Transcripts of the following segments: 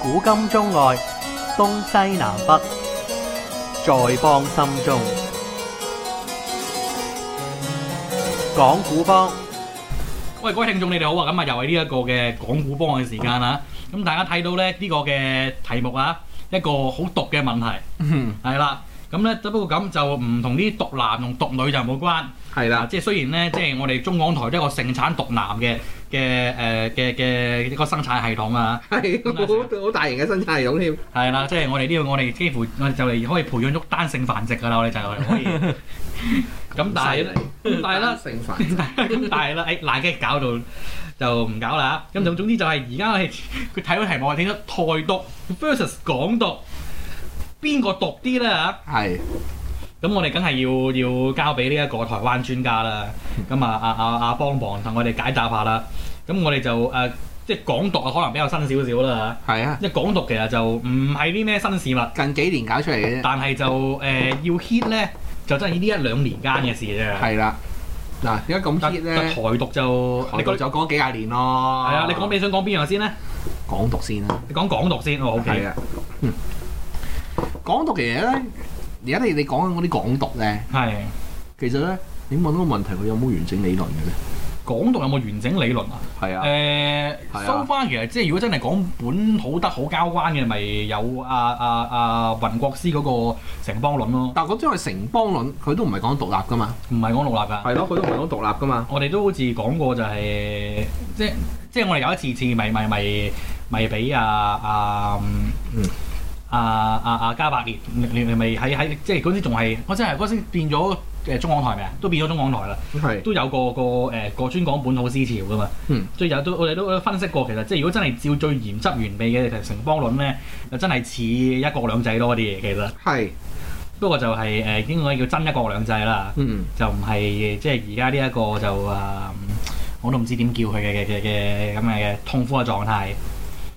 古今中外，東西南北，在邦心中。講古幫，喂，各位聽眾，你哋好啊！咁啊，又係呢一個嘅講古幫嘅時間啦。咁大家睇到咧呢個嘅題目啊，一個好毒嘅問題，係啦。咁咧，只不過咁就唔同啲毒男同毒女就冇關。係嗱，，即係雖然咧，即係我哋中港台都有一個盛產毒男嘅嘅誒嘅嘅一個生產系統啊。係好好大型嘅生產系統添。係啦，即係我哋呢個我哋幾乎我哋就嚟可以培養足單性繁殖㗎啦，我哋就係可以。咁但係但係啦。成繁咁 但係啦，誒爛 gag 搞到就唔搞啦咁就總之就係而家我哋佢睇到題目，我哋聽到台獨 versus 港獨，邊個毒啲咧嚇？係咁我哋梗係要要交俾呢一個台灣專家啦。咁啊啊啊啊幫忙同我哋解答下啦。咁我哋就誒、呃即係港獨啊，可能比較新少少啦係啊嚇。，因為港獨其實就唔係啲咩新事物，近幾年搞出嚟嘅啫。但係就誒、呃要 hit 咧，就真係呢一兩年間嘅事啫。係啦，嗱，點解咁但 hit 但台咧？獨就我你哋覺就講幾廿年咯。係係啊，你講你想講邊樣先咧？港獨先啦。你講港獨先，我哦 OK。係啊，嗯港獨其實咧，而家你你講緊嗰啲港獨咧，係其實咧，你問嗰個問題，佢有冇完整理論嘅咧？港獨有冇完整理論啊？係啊，誒係啊收翻其實即係如果真係講本土得好交關嘅，咪有啊阿阿阿啊雲國師嗰個城邦論咯，但係嗰張係城邦論，佢都唔係講獨立噶嘛。唔係講獨立㗎。係咯，佢都唔係講獨立噶嘛。我哋都好似講過就係、即即係我哋有一次次咪咪咪咪俾啊阿阿嗯阿阿阿啊加百列，你你你咪喺喺即係嗰啲仲係我真係嗰陣變咗誒中港台未啊？都變咗中港台啦。係都有個個誒個專講本土思潮噶嘛，嗯最有都我哋都分析過，其實即係如果真係照最嚴執完備嘅城邦論咧，就真係似一國兩制多啲嘅其實，係，不過就係、誒、應該叫真一國兩制啦，嗯，就唔係即係而家呢一個就啊、我都唔知點叫佢嘅嘅嘅嘅咁嘅痛苦嘅狀態。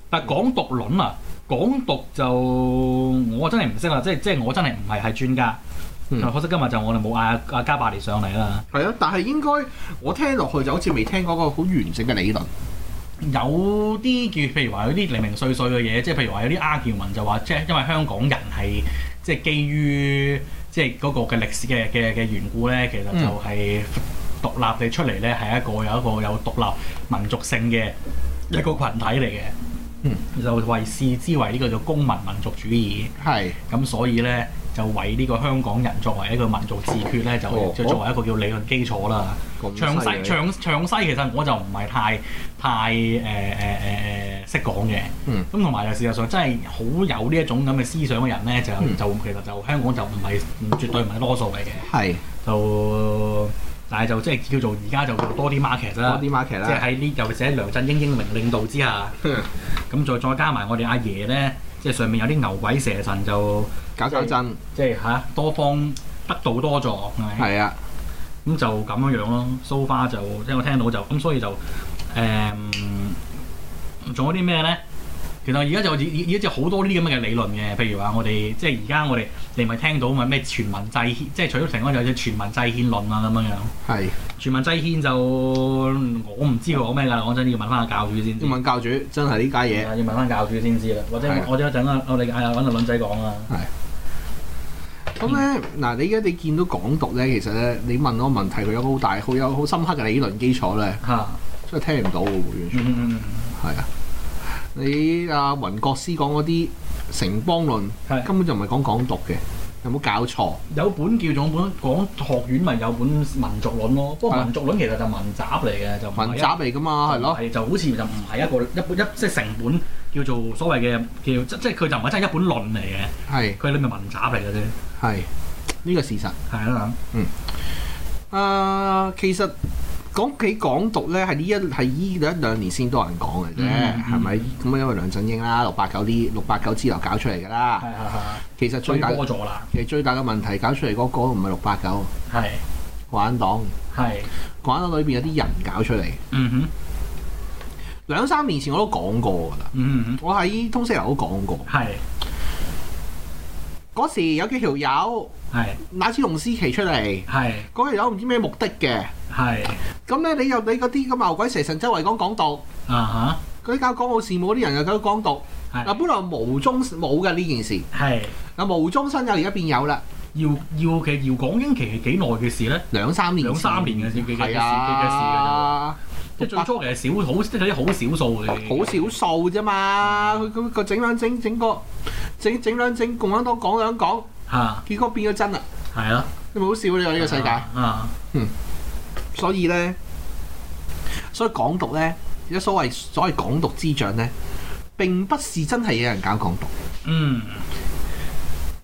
但港獨論啊，港獨就我真係唔識啦，即係即係我真係唔係係專家，嗯可惜今日就我哋冇嗌阿加百列上嚟啦。係啊，但係應該我聽落去就好似未聽過一個好完整嘅理論。有啲叫譬如話有啲零零碎碎嘅嘢，即係譬如話有啲 argument 就話，即係因為香港人係即係基於即係嗰個嘅歷史嘅嘅嘅緣故咧，其實嗯就係獨立地出嚟咧，係一個有一個有獨立民族性嘅一個群體嚟嘅。嗯，就為視之為呢個叫公民民族主義，係。咁所以咧就為呢個香港人作為一個民族自決咧，就哦就作為一個叫理論基礎啦。詳細詳詳細其實我就唔係太太呃誒誒誒誒識講呃嘅，嗯咁同埋就事實上真係好有呢一種咁嘅思想嘅人咧，就、嗯就其實就香港就唔係唔絕對唔係多數嚟嘅，係就但係就即係叫做而家就多啲 market 啦多，啲 market 即啦，係喺呢尤其是喺梁振英英明領導之下，嗯咁再再加埋我哋阿爺咧，即係上面有啲牛鬼蛇神就 搞搞震，即係嚇、多方得道多助係咪？係啊，咁就咁樣樣咯。so far 就即係我聽到就咁，所以就誒，嗯仲、有啲咩咧？其實而家就而而而家就好多呢啲咁嘅理論嘅，譬如話我哋即係而家我哋你咪聽到咪咩全民制憲，即係除咗成安有隻全民制憲論啊咁樣樣。係全民制憲就我唔知佢講咩㗎，講真要問翻個教主先知英。文啊教主真係呢家係嘢，啊要問翻教主先知啦，或者係啊我者一陣啊我哋嗌阿揾阿倫仔講啊啦。嗯咁咧嗱，你而家你見到港獨咧，其實咧你問我個問題，佢有個好大、好有好深刻嘅理論基礎咧，嚇，所以聽唔到嘅喎，完全嗯嗯嗯係啊。你阿雲國師講嗰啲城邦論，係根本就唔係講港獨嘅，有冇搞錯？有本叫做本港學院咪有本民族論咯，不過係民族論其實就文啊集嚟嘅，就唔係啊文一集嚟噶嘛，係咯，係就好似就唔係一個一本一即係成本叫做所謂嘅叫即即係佢就唔係真係一本論嚟嘅，係佢裏面文集嚟嘅啫，係呢個事實。係啦，啊、其實講起港獨咧，係呢一係依兩一兩年先多人講嘅啫，嗯嗯係咪、咁啊，因為梁振英啦，六八九啲六八九支流搞出嚟㗎係啦。係係，其實最追大波咗啦，其實最大嘅問題搞出嚟嗰個唔係六八九，係共產黨，係，共產黨裏邊有啲人搞出嚟。嗯哼，兩三年前我都講過㗎啦，嗯哼，我喺通識樓都講過。係嗰時有幾條友係拿支龍思琪出嚟，係嗰條友唔知咩目的嘅，係咁咧你又你嗰啲咁牛鬼蛇神周圍講港獨，啊嗰啲搞港澳事務嗰啲人又搞港獨，係嗱本來無中冇嘅呢件事，係嗱無中生有而家變有啦，要要其實要港英期係幾耐嘅事咧？兩三年兩三年嘅事嘅嘅嘅事嘅係事㗎啊，啫喎，即係最初其實少好，即係啲好少數嘅，好少數啫嘛，佢佢個整兩整整個整整兩整共產黨講兩講，嚇，結果變咗真啦，係啦，你咪好笑你話呢個世界。啊，所以咧，所以港獨咧，而家所謂所謂港獨之長咧，並不是真係有人搞港獨。嗯，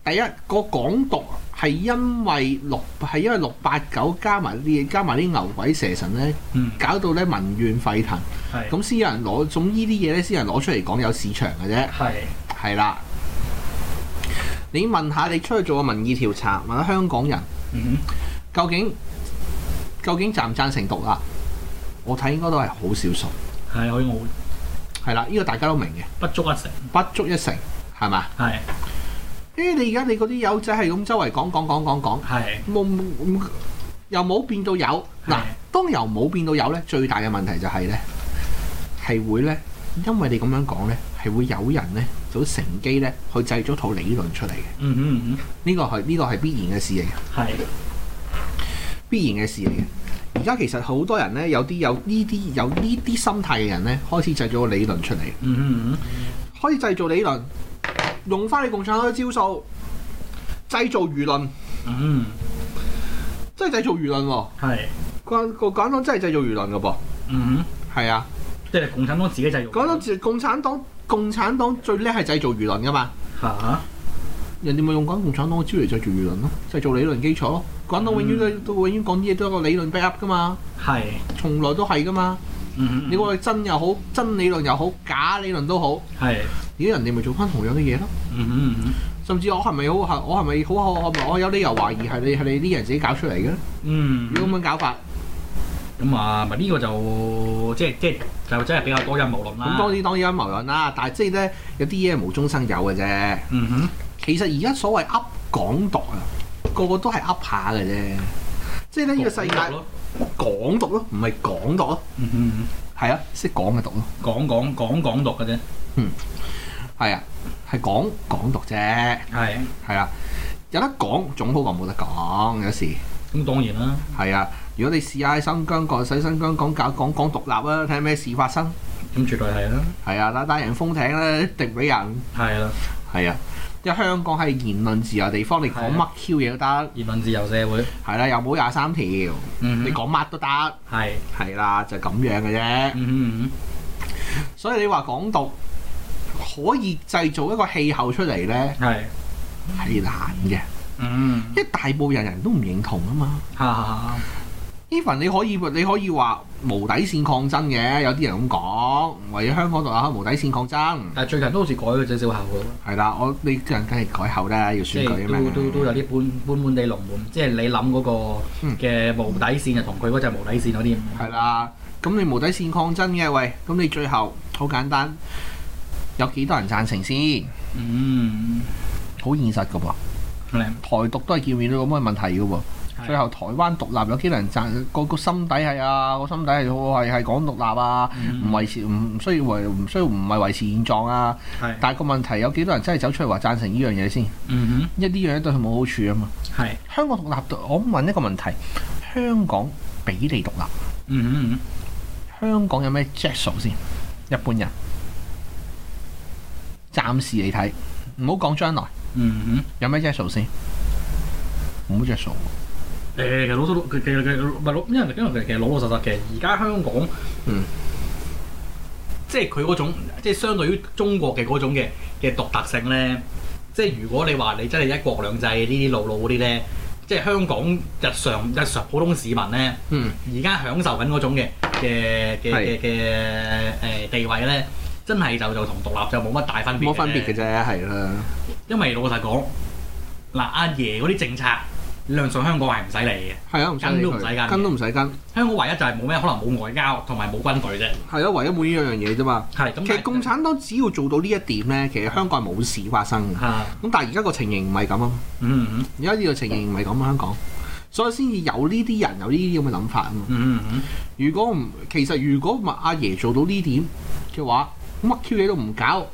第一個港獨係因為六係因為六八九加埋啲加埋啲牛鬼蛇神咧，嗯，搞到咧民怨沸騰，係，咁先有人攞，總呢啲嘢咧先有人攞出嚟講有市場嘅啫，係，係啦。你問下你出去做個民意調查，問下香港人嗯究竟究竟贊唔贊成獨立？我睇應該都係好少數。哼，係，我我係啦，呢、個大家都明嘅，不足一成，不足一成，係嘛？係誒、你而家你嗰啲友仔係咁周圍講講講講講，係冇冇又冇變到有嗱係。當由冇變到有咧，最大嘅問題就係咧，係會咧，因為你咁樣講咧，係會有人咧就乘機咧去製咗套理論出嚟嘅。嗯哼嗯呢、個係呢、個係必然嘅事嚟嘅，哼，係必然嘅事嚟嘅。而家其實好多人咧，有啲有呢啲有呢啲心態嘅人咧，開始製咗個理論出嚟。嗯哼嗯可以製造理論，用翻你共產黨嘅招數，製造輿論，哼嗯真係製造輿論喎。哼，係個個共產黨真係製造輿論嘅噃，嗯哼，係啊，即係共產黨自己製造，講到自共產黨，共產黨最叻係製造輿論噶嘛，嚇，人哋咪用緊共產黨嘅招嚟製造輿論咯，製造理論基礎咯。共產黨永遠都、嗯都永遠講啲嘢都有個理論 back up 噶嘛，係，從來都係噶嘛。嗯哼，你話佢真又好，真理論又好，假理論都好，係，而家人哋咪做翻同樣嘅嘢咯。嗯哼嗯哼。甚至我係咪好我係咪好我我我有理由懷疑係你係你啲人自己搞出嚟嘅咧？嗯，如果咁樣搞法，咁啊，咪呢個就即係即係就真係比較多陰謀論啦。咁當然當然陰謀論啦。但係即係咧，有啲嘢係無中生有嘅啫。嗯哼，其實而家所謂噏港獨啊，個個都係噏下嘅啫。即係咧，呢個世界講咯，港獨咯，唔係港獨咯，嗯哼，係啊，識講嘅獨咯，講講講港獨嘅啫，係啊，係講港獨啫，係係啊，有得講總好過冇得講，有時咁當然啦，係啊。如果你試下喺新疆講，喺新疆講搞講講獨立啊，睇下咩事發生。咁絕對係啦，係啊，打打人風艇咧，一定俾人係啦，係啊。因為香港係言論自由地方，你講係乜 Q 嘢都得，言論自由社會，係啦，又冇廿三條，你嗯哼，講乜都得，係，係啦，就咁樣嘅啫。嗯哼所以你話港獨可以製造一個氣候出嚟呢，嗯哼，係，係難嘅，嗯，因為大部分人都唔認同啊嘛。哈哈哈， even 你可以你可以話無底線抗爭嘅，有啲人咁講，為咗香港獨立可以無底線抗爭，但係最近都好似改咗隻小校喎，係啦，我你人梗係改口啦，即要選舉係啊嘛都。都都有啲搬搬搬地龍門，即係你諗嗰個嗯嘅無底線就同佢嗰隻無底線嗰啲唔同，係啦，咁你無底線抗爭嘅，喂，咁你最後好簡單，有幾多人贊成先？Ừ. 嗯，好現實噶喎，靚，台獨都係見面到咁嘅問題噶喎。係最後台灣獨立有幾多人贊？個個心底係啊，個心底係好係係講獨立啊，唔嗯維持唔唔需要維唔需要唔係維持現狀啊。係，但係個問題有幾多人真係走出嚟話贊成呢樣嘢先？嗯一呢樣嘢對佢冇好處啊嘛。哼，係，香港獨立，我問一個問題：香港俾你獨立，嗯哼嗯哼。香港有咩著數先？一般人暫時嚟睇，唔好講將來嗯有咩著數先，冇著數。哼，誒，其實老實老，其實其實唔係老，因為因為其實老老實實嘅，而家香港，嗯，即係佢嗰種，即係相對於中國嘅嗰種嘅嘅獨特性咧，即係如果你話你真係一國兩制呢啲路路嗰啲咧，即係香港日常日常普通市民咧，嗯，而家享受緊嗰種嘅嘅嘅嘅係嘅誒地位咧，真係就就同獨立就冇乜大分別，冇分別嘅啫，係啦，因為老實講，嗱阿爺嗰啲政策，理論上香港係唔使理嘅。係啊，唔使跟理都唔使佢，跟跟都唔使跟，香港唯一就係冇咩可能冇外交同埋冇軍隊啫。係啊，唯一每一樣嘢啫嘛。係咁，其實共產黨只要做到呢一點呢，其實香港係冇事發生嘅。嚇，咁但係而家個情形唔係咁啊，嗯嗯而家呢個情形唔係咁啊，香港。所以先至有呢啲人有呢啲咁嘅諗法啊嘛。嗯嗯如果唔其實如果麥阿爺做到呢點嘅話，乜 Q 嘢都唔搞，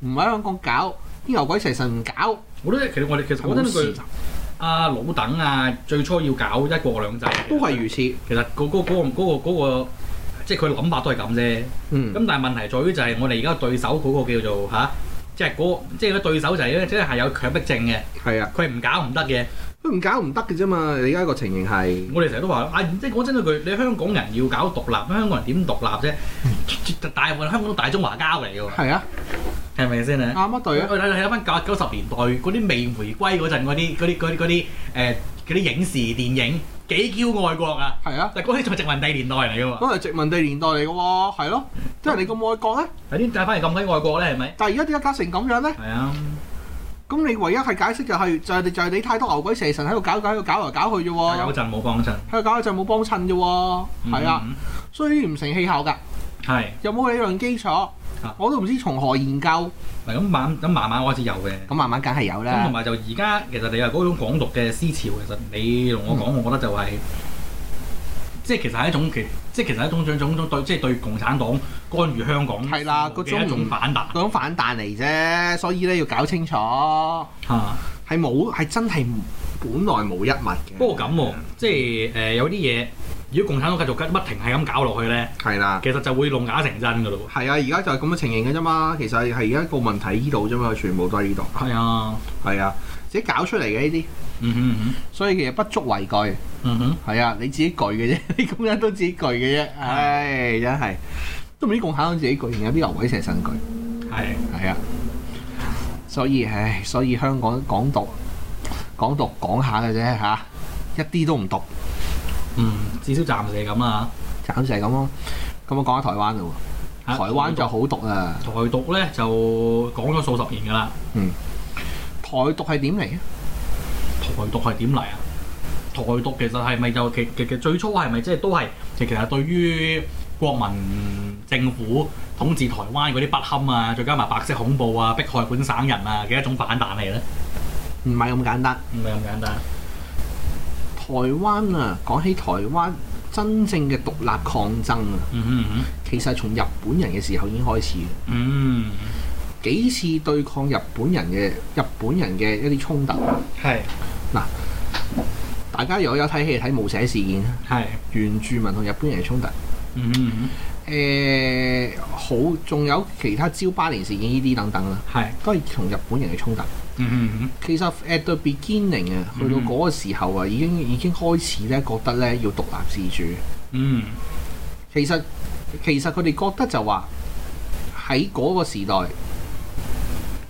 唔喺香港搞，啲牛鬼蛇神唔搞，我都其實我哋其實講真冇一事句，阿老等啊，最初要搞一國兩制，都係如此。其實嗰嗰嗰個嗰個嗰個，即係佢諗法都係咁啫。嗯，咁但係問題在於就係我哋而家對手嗰個叫做吓，即係嗰即係個對手就係咧，即係係有強迫症嘅，係啊，佢唔搞唔得嘅。佢唔搞唔得嘅啫嘛。你而家個情形係我哋成日都話啊，即係講真嗰句，你香港人要搞獨立，香港人點獨立啫？絕大部分香港都大中華膠嚟嘅喎，係啊，係咪先啊？啱啊對啊，我睇睇翻九九十年代嗰啲未回歸嗰陣嗰啲嗰啲嗰啲嗰啲誒嗰啲影視電影幾驕愛國啊！係啊，但嗰啲仲係殖民地年代嚟嘅喎，嗰係殖民地年代嚟嘅喎，係咯，即係你咁愛國咧，有啲帶翻嚟咁鬼愛國咧，係咪？但係而家點解搞成咁樣咧？係啊，咁你唯一係解釋就係、就係、就係你太多牛鬼蛇神喺度搞搞喺度搞嚟搞去啫但有喎，陣冇幫襯，喺度搞就冇幫襯啫喎，係啊，嗯，所以唔成氣候㗎。係有冇理論基礎啊？我都唔知從何研究。嗱咁慢咁慢慢開始有嘅。咁慢慢梗係有咁啦同。埋就而家其實你話嗰種港獨嘅思潮，其實你同我講，我覺得就係、即係其實係一種其即係其實係一種種種種對即係對共產黨干預香港係啦嘅嗰種一種反彈嗰種反彈嚟啫，所以咧要搞清楚，係嚇。冇係真係本來冇一物嘅。不過咁喎、即係誒、呃有啲嘢，如果共產黨繼續跟不停係咁搞落去咧，係啦，其實就會弄假成真噶咯係啊，而家就係咁嘅情形嘅啫嘛。其實係而家個問題呢度啫嘛，全部都喺呢度。喎。係啊，係啊，自己搞出嚟嘅呢啲，嗯哼嗯所以其實不足為懼。哼嗯哼，係啊，你自己攰嘅啫， 你咁樣都自己攰嘅啫。唉，真係都唔知共產黨自己攰，然有啲牛鬼蛇神攰。係係啊，所以唉，所以香港港獨，港獨講下嘅啫嚇，一啲都唔毒，嗯，至少暫時係咁啦就係咁咯。咁我啊講下台灣嘞喎，嚇。台灣就好毒啊！台獨咧就講咗數十年噶啦，台獨係點嚟啊？台獨係點嚟啊？台獨其實係咪就其其其最初係咪即係都係其其實對於國民政府統治台灣嗰啲不堪啊，再加埋白色恐怖啊、迫害本省人啊嘅一種反彈嚟咧？唔係咁簡單。唔係咁簡單。台灣啊，講起台灣真正嘅獨立抗爭啊，嗯哼嗯哼。其實係從日本人嘅時候已經開始嘅，嗯，幾次對抗日本人嘅日本人嘅一啲衝突。係大家如果有睇戲睇無寫事件，啊係，原住民同日本人嘅衝突。嗯嗯誒、好，仲有其他招巴連事件呢啲等等啦，係，都係同日本人嘅衝突。嗯嗯其實 at the beginning 啊，去到嗰個時候啊，已經已經開始咧覺得咧要獨立自主。嗯其實其實佢哋覺得就話喺嗰個時代，誒、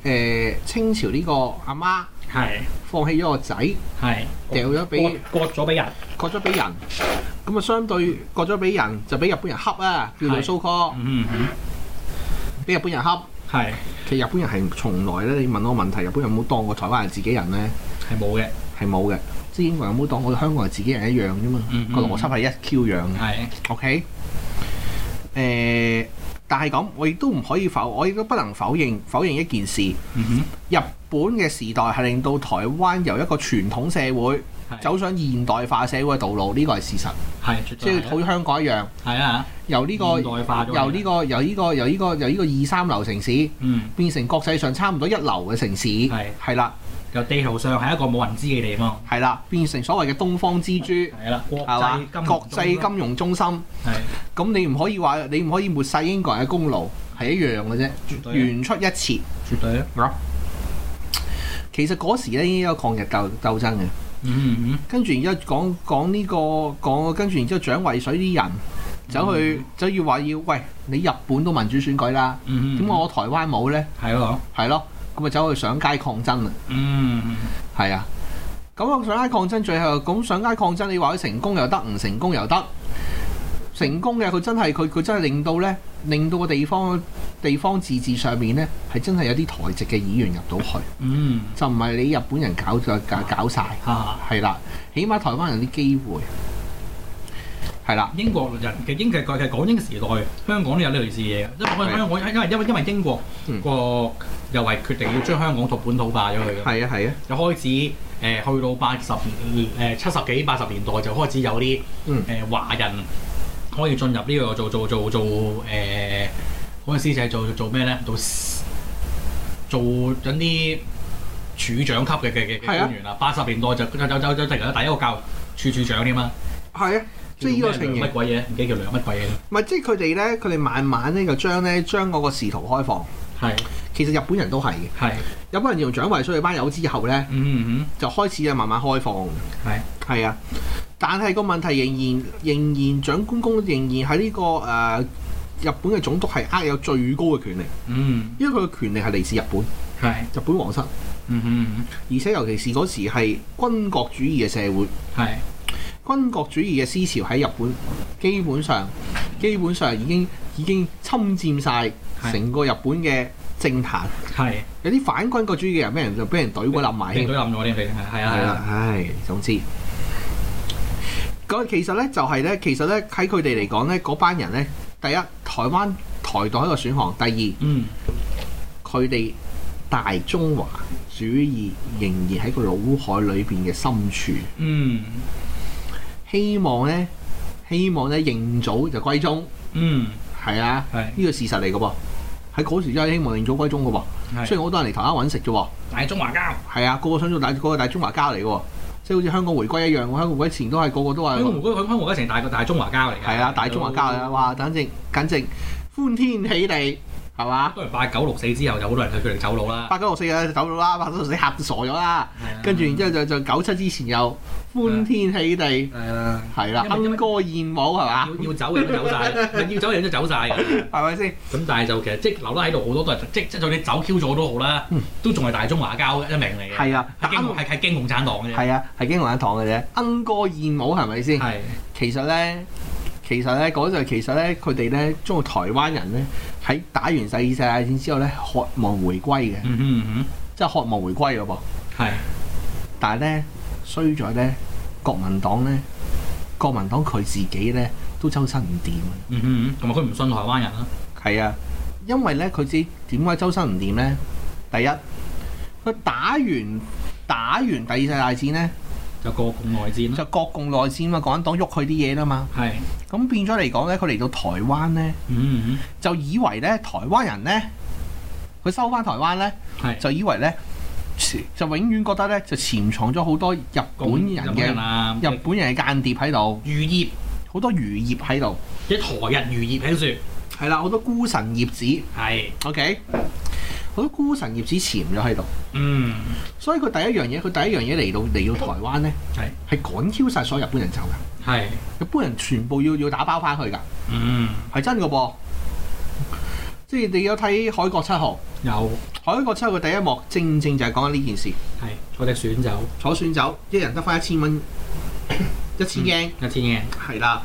呃清朝呢個阿媽係放棄咗個仔，係，掉咗俾割割咗俾人，割咗俾人，咁啊相對割咗俾人就俾日本人恰啊，叫做係蘇 call，嗯嗯俾日本人恰。係其實日本人係從來咧，你問我問題，日本人有冇當過台灣人自己人咧？係冇嘅，係冇嘅，即係英國人有冇當我哋香港人自己人一樣啫嘛？嗯嗯個邏輯係一 Q 樣嘅。係 OK，誒、但係咁，我亦都唔可以否，我亦都不能否認否認一件事，日嗯本嘅時代係令到台灣由一個傳統社會哼，走上現代化社會嘅道路，呢個係事實，係絕即對係好係似香港一樣，係啊，由呢、個現代化咗由呢、個由呢、個由呢、個由呢個二三流城市嗯，變成國際上差唔多一流嘅城市，係係啦。由地圖上係一個冇人知嘅地方，係啦，變成所謂嘅東方之珠，係啦，國係嘛際？金國際金金融中心，係咁你唔可以話你唔可以抹晒英國人嘅功勞，係一樣嘅啫，絕對啊原出一轍。絕對啊，其實嗰時咧已經有抗日鬥鬥爭嘅，嗯嗯跟住然之後講講呢個講，跟住然之後蔣渭水啲人走去走要話要，喂你日本都民主選舉啦，嗯，點解我台灣冇呢？係咯，係咯，咁咪走去上街抗爭啦。嗯係啊，咁我上街抗爭最後咁上街抗爭，你話佢成功又得，唔成功又得。成功嘅佢真係佢佢真係令到呢，令到個地方地方自治上面呢，係真係有啲台籍嘅議員入到去，嗯，就唔係你日本人搞就搞搞晒，嚇。係啦，起碼台灣人啲機會係啦，英國人嘅英其實其實港英時代，香港都有呢類似嘢嘅，因為係香港因為因為因為英國嗯個又係決定要將香港同本土化咗佢嘅，係啊係啊，就開始誒去到八十誒七十幾八十年代就開始有啲嗯誒華人可以進入呢個做做做做誒嗰陣時就係做做咩咧？做做緊啲處長級嘅嘅嘅嘅係啊官員啦。八十年代就就就就就突然間第一個教處處長添啊！係啊，即係呢個叫咩啊情梁乜形。鬼嘢？唔記得叫梁乜鬼嘢啦。唔係，即係佢哋咧，佢哋慢慢咧就將咧將嗰個仕途開放。係其實日本人都係嘅，係日本人用蔣維水班友之後咧，嗯嗯就開始就慢慢開放。係係啊，但係個問題仍然仍然長官公仍然喺呢、個誒、呃日本嘅總督係握有最高嘅權力，嗯因為佢嘅權力係嚟自日本，係日本皇室，而嗯嗯且尤其是嗰時係軍國主義嘅社會，係軍國主義嘅思潮喺日本基本上基本上已經已經侵佔晒成個日本嘅政壇，係有啲反軍國主義嘅人俾人就俾人懟過冧埋俾添人。懟冧咗添，俾人係啊係係啦啊，唉，總之，咁其實咧就係、咧，其實咧喺佢哋嚟講咧，嗰班人咧，第一台灣台獨係一個選項，第二嗯佢哋大中華主義仍然喺個腦海裏邊嘅深處，嗯希望咧，希望咧認祖就歸宗，嗯係啊，係呢個事實嚟嘅噃。喺嗰時真係希望認祖歸宗嘅噃，雖係然好多人嚟台灣揾食啫喎，大中華交。係啊，個個想做大個個大中華家嚟嘅喎，即係好似香港回歸一樣，香港回歸前都係個個都係香港回歸，香港回歸成大個大中華交嚟嘅。係啊，大中華交哦啦，哇！簡直簡直歡天喜地，係嘛？當然八九六四之後就好多人去佢哋走佬啦。八九六四啊走咗啦，八九六四嚇到傻咗啦，係啊跟住然之後就就九七之前又歡天喜地，係啦，係啦，因為鶯歌燕舞係要嘛？要走嘅人都走 晒，唔係要走嘅人都走晒嘅。係咪先？咁但係就其實即係留得喺度好多都係即即就算你走 Q 咗都好啦嗯，都仲係大中華交一名嚟嘅。係啊，係驚共啱係係驚共產黨嘅啫。係啊，係經雲堂嘅啫，鶯歌燕舞係咪先？係其實咧，其實咧嗰陣其實咧，佢哋咧中國台灣人咧喺打完第二次世界大戰之後咧，渴望回歸嘅，嗯哼嗯即係渴望回歸嘅噃。哼係但係咧衰在咧，國民黨咧，國民黨佢自己咧都周身唔掂。啊嗯哼嗯哼同埋佢唔信台灣人啦。係啊，因為咧佢自己點解周身唔掂咧？第一，佢打完打完第二次大戰咧，就過共內戰啦，就國共內戰嘛，港黨喐佢啲嘢啦嘛，係，咁變咗嚟講咧，佢嚟到台灣咧，嗯，嗯就以為咧台灣人咧，佢收翻台灣咧，係就以為咧，就永遠覺得咧就潛藏咗好多日本人嘅人啊，日本人嘅間諜喺度。漁業，好多餘葉喺度，一台日漁業喺度，係啦，好多孤神葉子係， ，OK，好多孤神葉子潛咗喺度，嗯，所以佢第一樣嘢，佢第一樣嘢嚟到嚟到台灣咧，係係趕 Q 晒所有日本人走㗎，係，日本人全部要要打包翻去㗎，嗯，係真㗎噃，即係你有睇《海角七號有》， 《海角七號》嘅第一幕正正就係講緊呢件事，係坐隻選走坐船走，一人得翻一千蚊，一千 yen，一千嘅，係啦，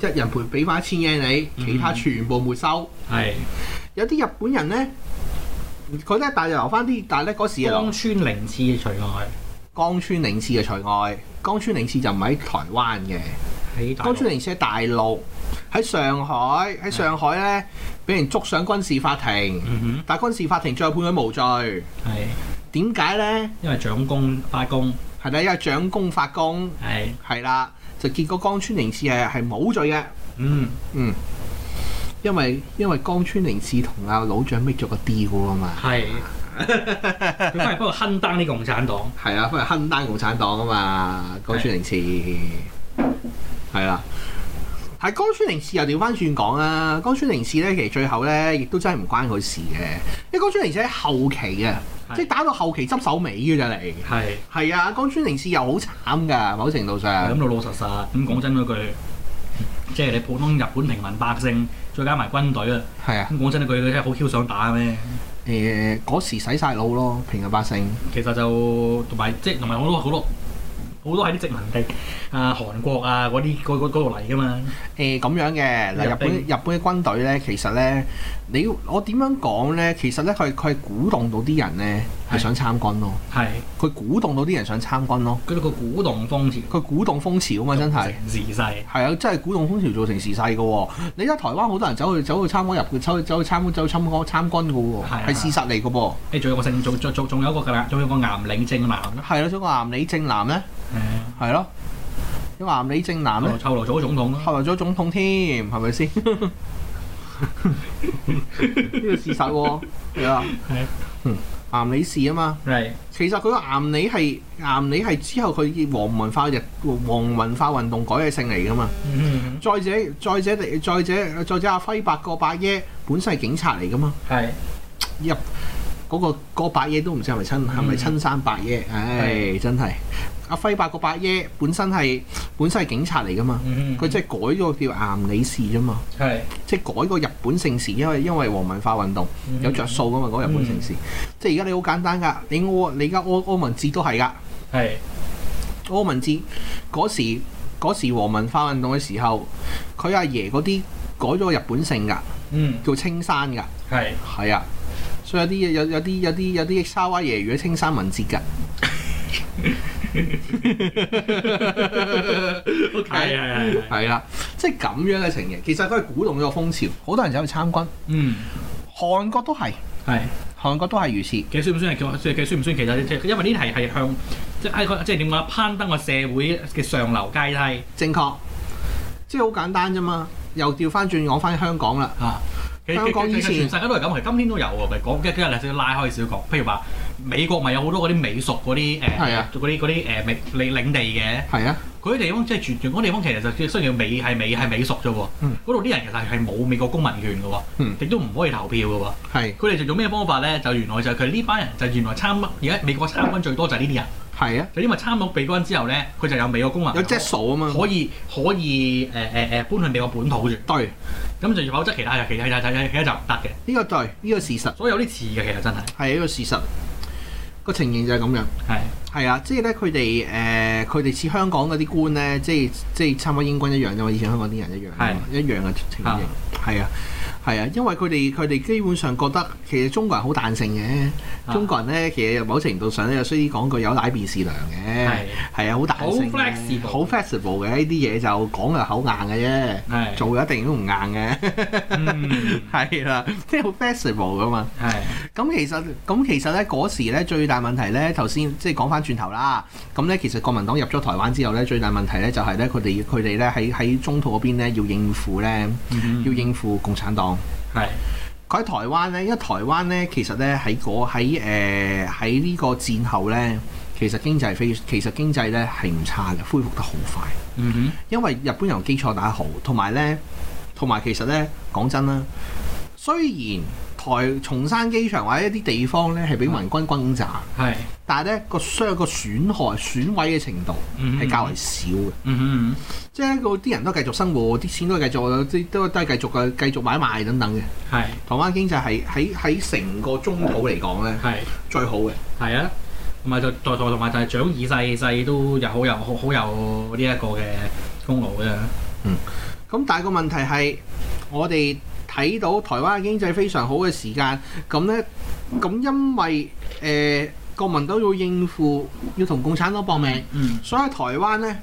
一人賠俾翻一千 yen 你，其他嗯全部沒收。係有啲日本人咧，佢咧但係留翻啲，但係咧嗰時江啊，川零次除外，江川寧次嘅除外，江川寧次就唔喺台灣嘅，喺大江川陸，寧次喺大陸，喺上海，喺上海咧俾人捉上軍事法庭，嗯但係軍事法庭最後判佢無罪，哼，係點解咧？因為長工發工，係啦，因為蔣公發功，係，係啦，就結果江川寧次係係冇罪嘅，嗯，嗯，因為因為江川寧次同阿老蔣搣咗個 deal 啊嘛， 係，佢翻嚟幫佢亨登啲共產黨，係啊，翻嚟亨單共產黨啊嘛，江川寧次係啦。係江川寧次又調翻轉講啦，江川寧次咧其實最後咧亦都真係唔關佢事嘅，因為江川寧次喺後期嘅，係即係打到後期執手尾嘅咋嚟。係，係啊，江川寧次又好慘㗎，某程度咁上老老實實，咁講真嗰句，即係你普通日本平民百姓，再加埋軍隊啊。係啊，咁講真一句，佢真係好 Q 想打嘅咩？誒嗰時洗晒腦咯，平民百姓其實就同埋即係同埋好多好多好多喺啲殖民地啊、韓國啊嗰啲嗰嗰嗰度嚟噶嘛。誒咁樣嘅嗱，入日本兵日本嘅軍隊咧，其實咧你我點樣講咧，其實咧佢佢係鼓動到啲人咧。係想參軍咯，係佢鼓動到啲人想參軍咯，佢哋個鼓動風潮，佢鼓動風潮啊嘛，真係。成時勢係啊，真係鼓動風潮造成時勢嘅喎。你而家台灣好多人走去走去參軍入，走去走去參走去參軍參軍嘅喎，係啊係事實嚟嘅噃。誒，仲有個性，仲仲仲仲有一個㗎啦，仲有個岩領正男啦，係咯，所以個岩李正男咧，誒，係咯，因為岩李正男咧，後來做咗總統啦，後來做咗總統添，係 咪先？ 呢個事實喎，係啊，係嗯，岩李氏啊嘛。 係其實佢個岩李係岩李係之後佢黃文化日黃文化運動改嘅姓嚟㗎嘛。嗯再者，再者，再者，再者，阿輝伯個伯爺本身係警察嚟噶嘛，係入嗰、個個伯爺都唔知係咪親係咪親生伯爺，唉，真係阿輝伯個伯爺本身係本身係警察嚟噶嘛，嗯佢即係改咗個叫岩里氏啫嘛，係即係改個日本姓氏，因為因為皇民化運動嗯有着數噶嘛，嗰日本姓氏，即係而家你好簡單㗎，你柯你而家柯柯文哲都係㗎。係柯文哲嗰時嗰時黃文化運動嘅時候，佢阿爺嗰啲改咗個日本姓㗎，嗯叫青山㗎，係係啊，所以有啲有有啲有啲有啲沙娃爺語青山文哲㗎， ，OK 係係係，係啦，即係咁樣嘅情形，其實佢係鼓動咗個風潮，好多人走去參軍，嗯韓國都係，係。韓國都係如此，幾酸唔酸係叫即係幾酸唔酸？其實即係因為呢題係向即係喺即係點講啊攀登個社會嘅上流階梯正確，即係好簡單啫嘛，又調翻轉講翻香港啦，啊！其實香港其實以前全世界都係咁，其實今天都有喎。咪講跟跟你拉開少講，譬如話美國咪有好多嗰啲美屬嗰啲誒係啊嗰啲嗰啲誒美領領地嘅，係啊，嗰啲地方即係全全嗰啲地方其實就雖然叫美係美係美屬啫喎，嗯嗰度啲人其實係冇美國公民權嘅嗯喎，亦都唔可以投票嘅喎。係佢哋就用咩方法咧？就原來就係佢呢班人就原來參而家美國參軍最多就係呢啲人。係啊，就因為參到美軍之後咧，佢就有美國公民，有隻數啊嘛，可以可以誒誒誒搬去美國本土住，對，呢、咁就否則其他就其他其他其他就唔得嘅，個對，呢、個事實。所以有啲似嘅其實真係係一個事實。個情形就係咁樣，係係啊，即係咧佢哋誒，佢哋似香港嗰啲官咧，即係即係差唔多英軍一樣啫嘛，以前香港啲人一樣啊係，一樣嘅情形，係啊，係啊，因為佢哋佢哋基本上覺得其實中國人好彈性嘅，啊中國人咧其實某程度上咧，有需要講句有奶便是娘嘅，係係啊，好彈性嘅，好 flexible 好 flexible 嘅呢啲嘢就講就口硬嘅啫，係做就一定都唔硬嘅，嗯係啦，即係好 flexible 噶嘛。係咁其實咁其實咧嗰時咧最大問題咧，頭先即係講翻轉頭啦。咁咧其實國民黨入咗台灣之後咧，最大問題咧就係咧佢哋佢哋咧喺喺中途嗰邊咧要應付咧 要要應付共產黨。嗯係佢喺台灣咧，因為台灣咧其實咧喺嗰喺誒喺呢個戰後咧，其實經濟非其實經濟咧係唔差嘅，恢復得好快。嗯因為日本人基礎打得好，同埋咧，同埋其實咧，講真啦，雖然台松山機場或者一啲地方咧係俾民軍轟炸，哼係但係咧個傷個損害損毀嘅程度嗯係較為少嘅，嗯即係個啲人都繼續生活，啲錢都繼續啲都都係繼續嘅繼續買賣等等嘅。哼係台灣經濟係喺喺成個中土嚟講咧係最好嘅，係啊，同埋就同同同埋就係蔣以世世都有好有好好有呢一個嘅功勞嘅，咁但係個問題係我哋睇到台灣嘅經濟非常好嘅時間，咁咧咁因為誒、呃、國民黨要應付要同共產黨搏命，嗯所以喺台灣咧，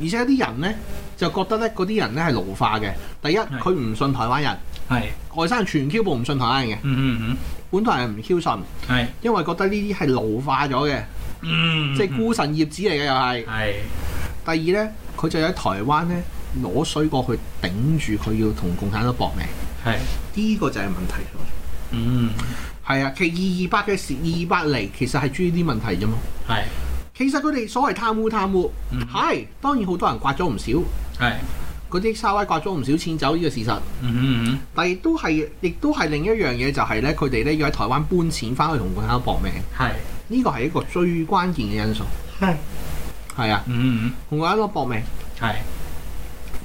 而且啲人咧就覺得咧嗰啲人咧係奴化嘅。第一，佢唔信台灣人，係外省人全 Q 部唔信台灣人嘅，嗯嗯本土人唔 Q 信，嗯係因為覺得呢啲係奴化咗嘅，嗯即係孤臣孽子嚟嘅又係。係第二咧，佢就喺台灣咧攞水果去頂住佢要同共產黨搏命。係呢個就係問題所在。嗯係啊，其二二八嘅事，二二八嚟其實係主要呢啲問題啫嘛。係其實佢哋所謂貪污貪污，嗯係、當然好多人刮咗唔少，係嗰啲沙威刮咗唔少錢走呢個事實。嗯嗯但亦都係，亦都係另一樣嘢就係咧，佢哋咧要喺台灣搬錢翻去同共產黨搏命，係呢個係一個最關鍵嘅因素。係係啊，嗯嗯同共產黨搏命。係。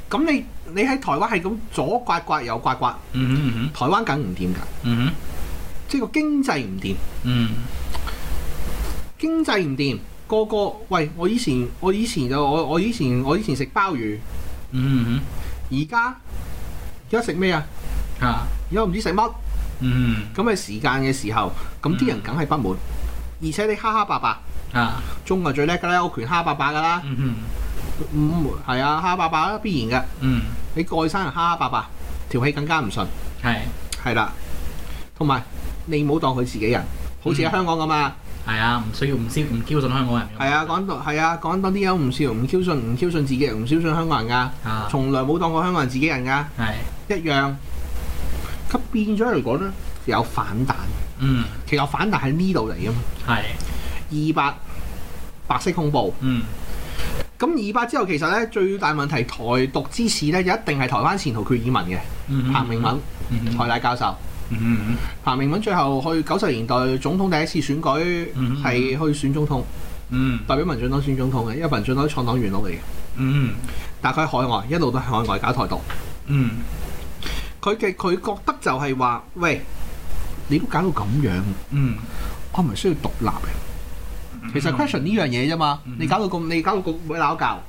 咁你你喺台灣係咁左刮刮右刮刮，嗯台灣梗唔掂㗎，嗯嗯即係個經濟唔掂。嗯經濟唔掂，個個喂，我以前我以前就我我以前我以前食鮑魚，嗯而家而家食咩啊？嗯啊而家唔知食乜，嗯咁嘅時間嘅時候，咁啲人梗係不滿，而且你蝦蝦白白，啊，中國最叻㗎啦，我拳蝦白白㗎啦，嗯哼，嗯係啊，蝦白白啦，必然㗎。嗯，你蓋山人蝦蝦白白，條氣更加唔順，係係啦。同埋你唔好當佢自己人，好似喺嗯香港咁啊，係啊，唔需要唔消唔驕信香港人㗎嘛。係啊，講到係啊，講到啲友唔笑，唔挑信，唔挑信自己人，唔挑信香港人㗎。啊，從來冇當過香港人自己人㗎，係，一樣。咁變咗嚟講咧，有反彈。嗯，其實有反彈喺呢度嚟㗎嘛。係，二八白色恐怖，嗯，咁二八之後其實咧最大問題，台獨之士咧就一定係台灣前途決議文嘅嗯，彭明敏，嗯，嗯，台大教授。嗯，彭明敏最後去九十年代總統第一次選舉嗯係去選總統，嗯，代表民進黨選總統嘅，因為民進黨創黨元老嚟嘅，嗯，但係佢喺海外一路都喺海外搞台獨。嗯，佢嘅佢覺得就係話，喂，你都搞到咁樣，嗯，我唔係需要獨立嘅。其實 question 呢樣嘢啫嘛嗯，你搞到咁，你搞到咁鬼鬧教，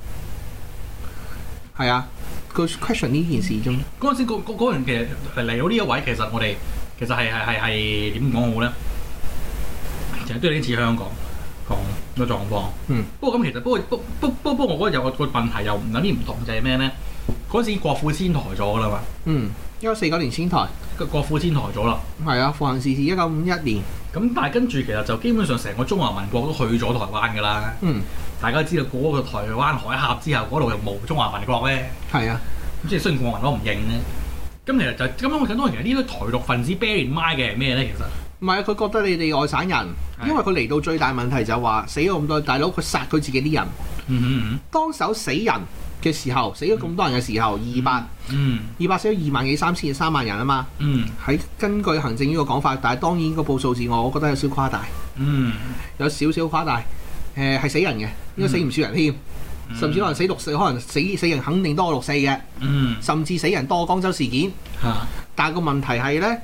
係啊，佢 question 呢件事啫嘛。嗰陣時嗰嗰嗰人其實嚟到呢一位，其實我哋其實係係係係點講好咧？其實都有啲似香港講個狀況。嗯。不過咁其實不過不不不不過，我覺得有個個問題又有啲唔同，就係咩咧？嗰陣時國父遷台咗㗎啦嘛，嗯，因為四九年遷台，個國父遷台咗啦。係啊，復行時事一九五一年，咁但係跟住其實就基本上成個中華民國都去咗台灣㗎啦。嗯，大家知道嗰個台灣海峽之後，嗰度又冇中華民國咧。係啊，咁即係雖然國民黨唔認咧。咁其實就咁樣，我睇當然其實呢啲台獨分子 bear in mind 嘅係咩咧？其實唔係啊，佢覺得你哋外省人，係因為佢嚟到最大問題就係話死咗咁多大佬，佢殺佢自己啲人，嗯當手死人嘅時候，死咗咁多人嘅時候，二百嗯嗯二百死咗二萬幾三千三萬人啊嘛，嗯喺根據行政院個講法，但係當然個報數字我我覺得有少誇大，嗯，有少少誇大，誒、係死人嘅，應該死唔少人添，嗯甚至可能死六四，可能死死人肯定多過六四嘅，嗯甚至死人多過江州事件。嚇但係個問題係咧，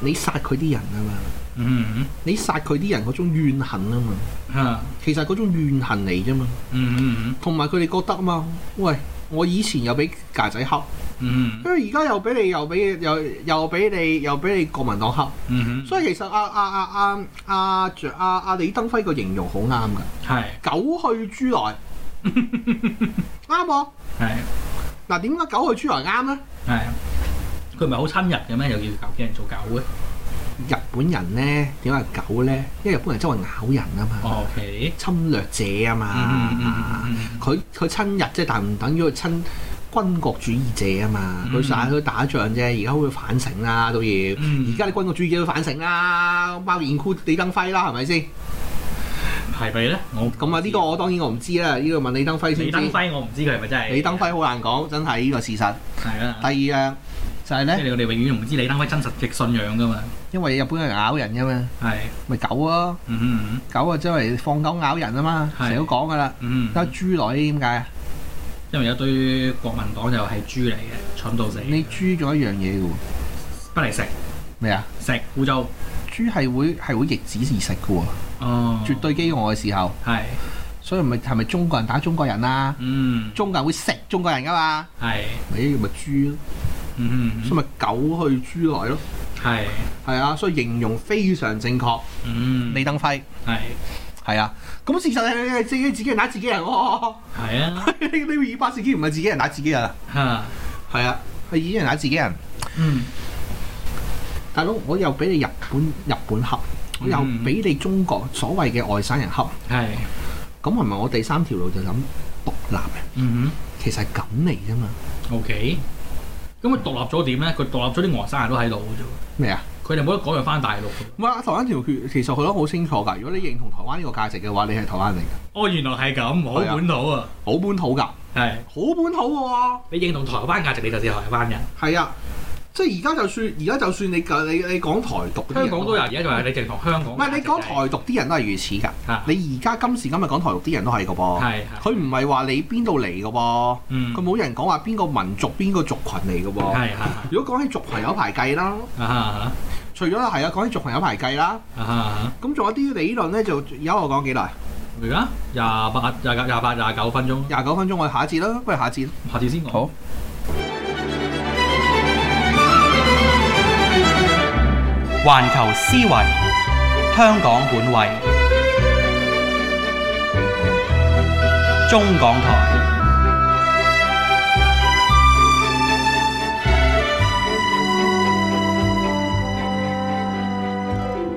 你殺佢啲人啊嘛，嗯你殺佢啲人嗰種怨恨啊嘛，嚇其實嗰種怨恨嚟啫嘛，嗯嗯同埋佢哋覺得啊嘛，喂，我以前又俾架仔恰，嗯因為而家又俾你又俾又又俾你又俾你國民黨恰，嗯，所以其實阿阿阿阿阿著阿阿李登輝個形容好啱㗎，係狗去豬來， 啱喎。係嗱點解狗去豬來啱咧？係，佢唔係好親日嘅咩？又要搞叫人做狗嘅日本人咧點解係狗咧？因為日本人周圍咬人啊嘛。哦？OK，侵略者啊嗯嗯嘛，嗯佢佢親日啫，但唔等於佢親軍國主義者啊嘛，嗯佢晒佢打仗啫，而家會反省啦都要，嗯而家啲軍國主義者都反省啦，包括 include 李登輝啦，係咪先？嗯，係咪咧？我咁啊呢個我當然我唔知啦，呢、個問李登輝先李登知。輝我唔知佢係咪真係李登輝好難講，真係呢個事實。係啊。第二樣就即係咧，係我哋永遠唔知李登輝真實嘅信仰噶嘛，因為日本人咬人噶嘛，係，咪狗咯，嗯狗啊周圍放狗咬人啊嘛，係成日都講噶啦。嗯得嗯，豬來呢點解啊？因為有一堆國民黨就係豬嚟嘅，蠢到死，你豬咗一樣嘢嘅喎，不嚟食咩啊？食污糟，豬係會係會逆子而食嘅喎，哦，絕對飢餓嘅時候，係，所以咪係咪中國人打中國人啊？嗯，中國人會食中國人噶嘛？係，咪咪豬咯，嗯所以咪狗去豬來咯，係，係啊，所以形容非常正確。嗯，李登輝係係啊，咁事實係係自己自己人打自己人喎， 係啊，呢呢二八事件唔係自己人打自己人啊，嚇，係啊，係自己人打自己人。嗯，大佬，我又俾你日本日本恰，我又嗯俾你中國所謂嘅外省人恰，係，咁係咪我第三條路就諗獨立咧？嗯其實係咁嚟啫嘛。哼，OK，咁佢獨立咗點咧？佢獨立咗啲外省人都喺度嘅咩啊？啫喎，佢哋冇得改樣翻大陸嘅喎。唔係啊台灣條決其實佢都好清楚㗎。如果你認同台灣呢個價值嘅話，你係台灣嚟㗎，哦，原來係咁，係啊好本土啊，好本土㗎，係，好本土嘅喎。你認同台灣價值，你就係台灣人。係啊，即係而家就算而家就算你你你講台獨嗰啲香人，港都有，而家就係你淨同香港。唔係你講台獨啲人都係如此㗎。嚇，你而家今時今日講台獨啲人都係㗎噃，係係，佢唔係話你邊度嚟㗎噃，嗯，佢冇人講話邊個民族邊個族群嚟㗎係噃。係係如果講起族群有排計啦，啊哈啊除咗係啊講起族群有排計啦，哈啊哈啊哈，咁仲有啲理論咧就而家我講幾耐？而家廿八廿九廿八廿九分鐘，廿九分鐘，我哋下一節啦，不如下一節啦。下次先講。好環球思維，香港本位，中港台。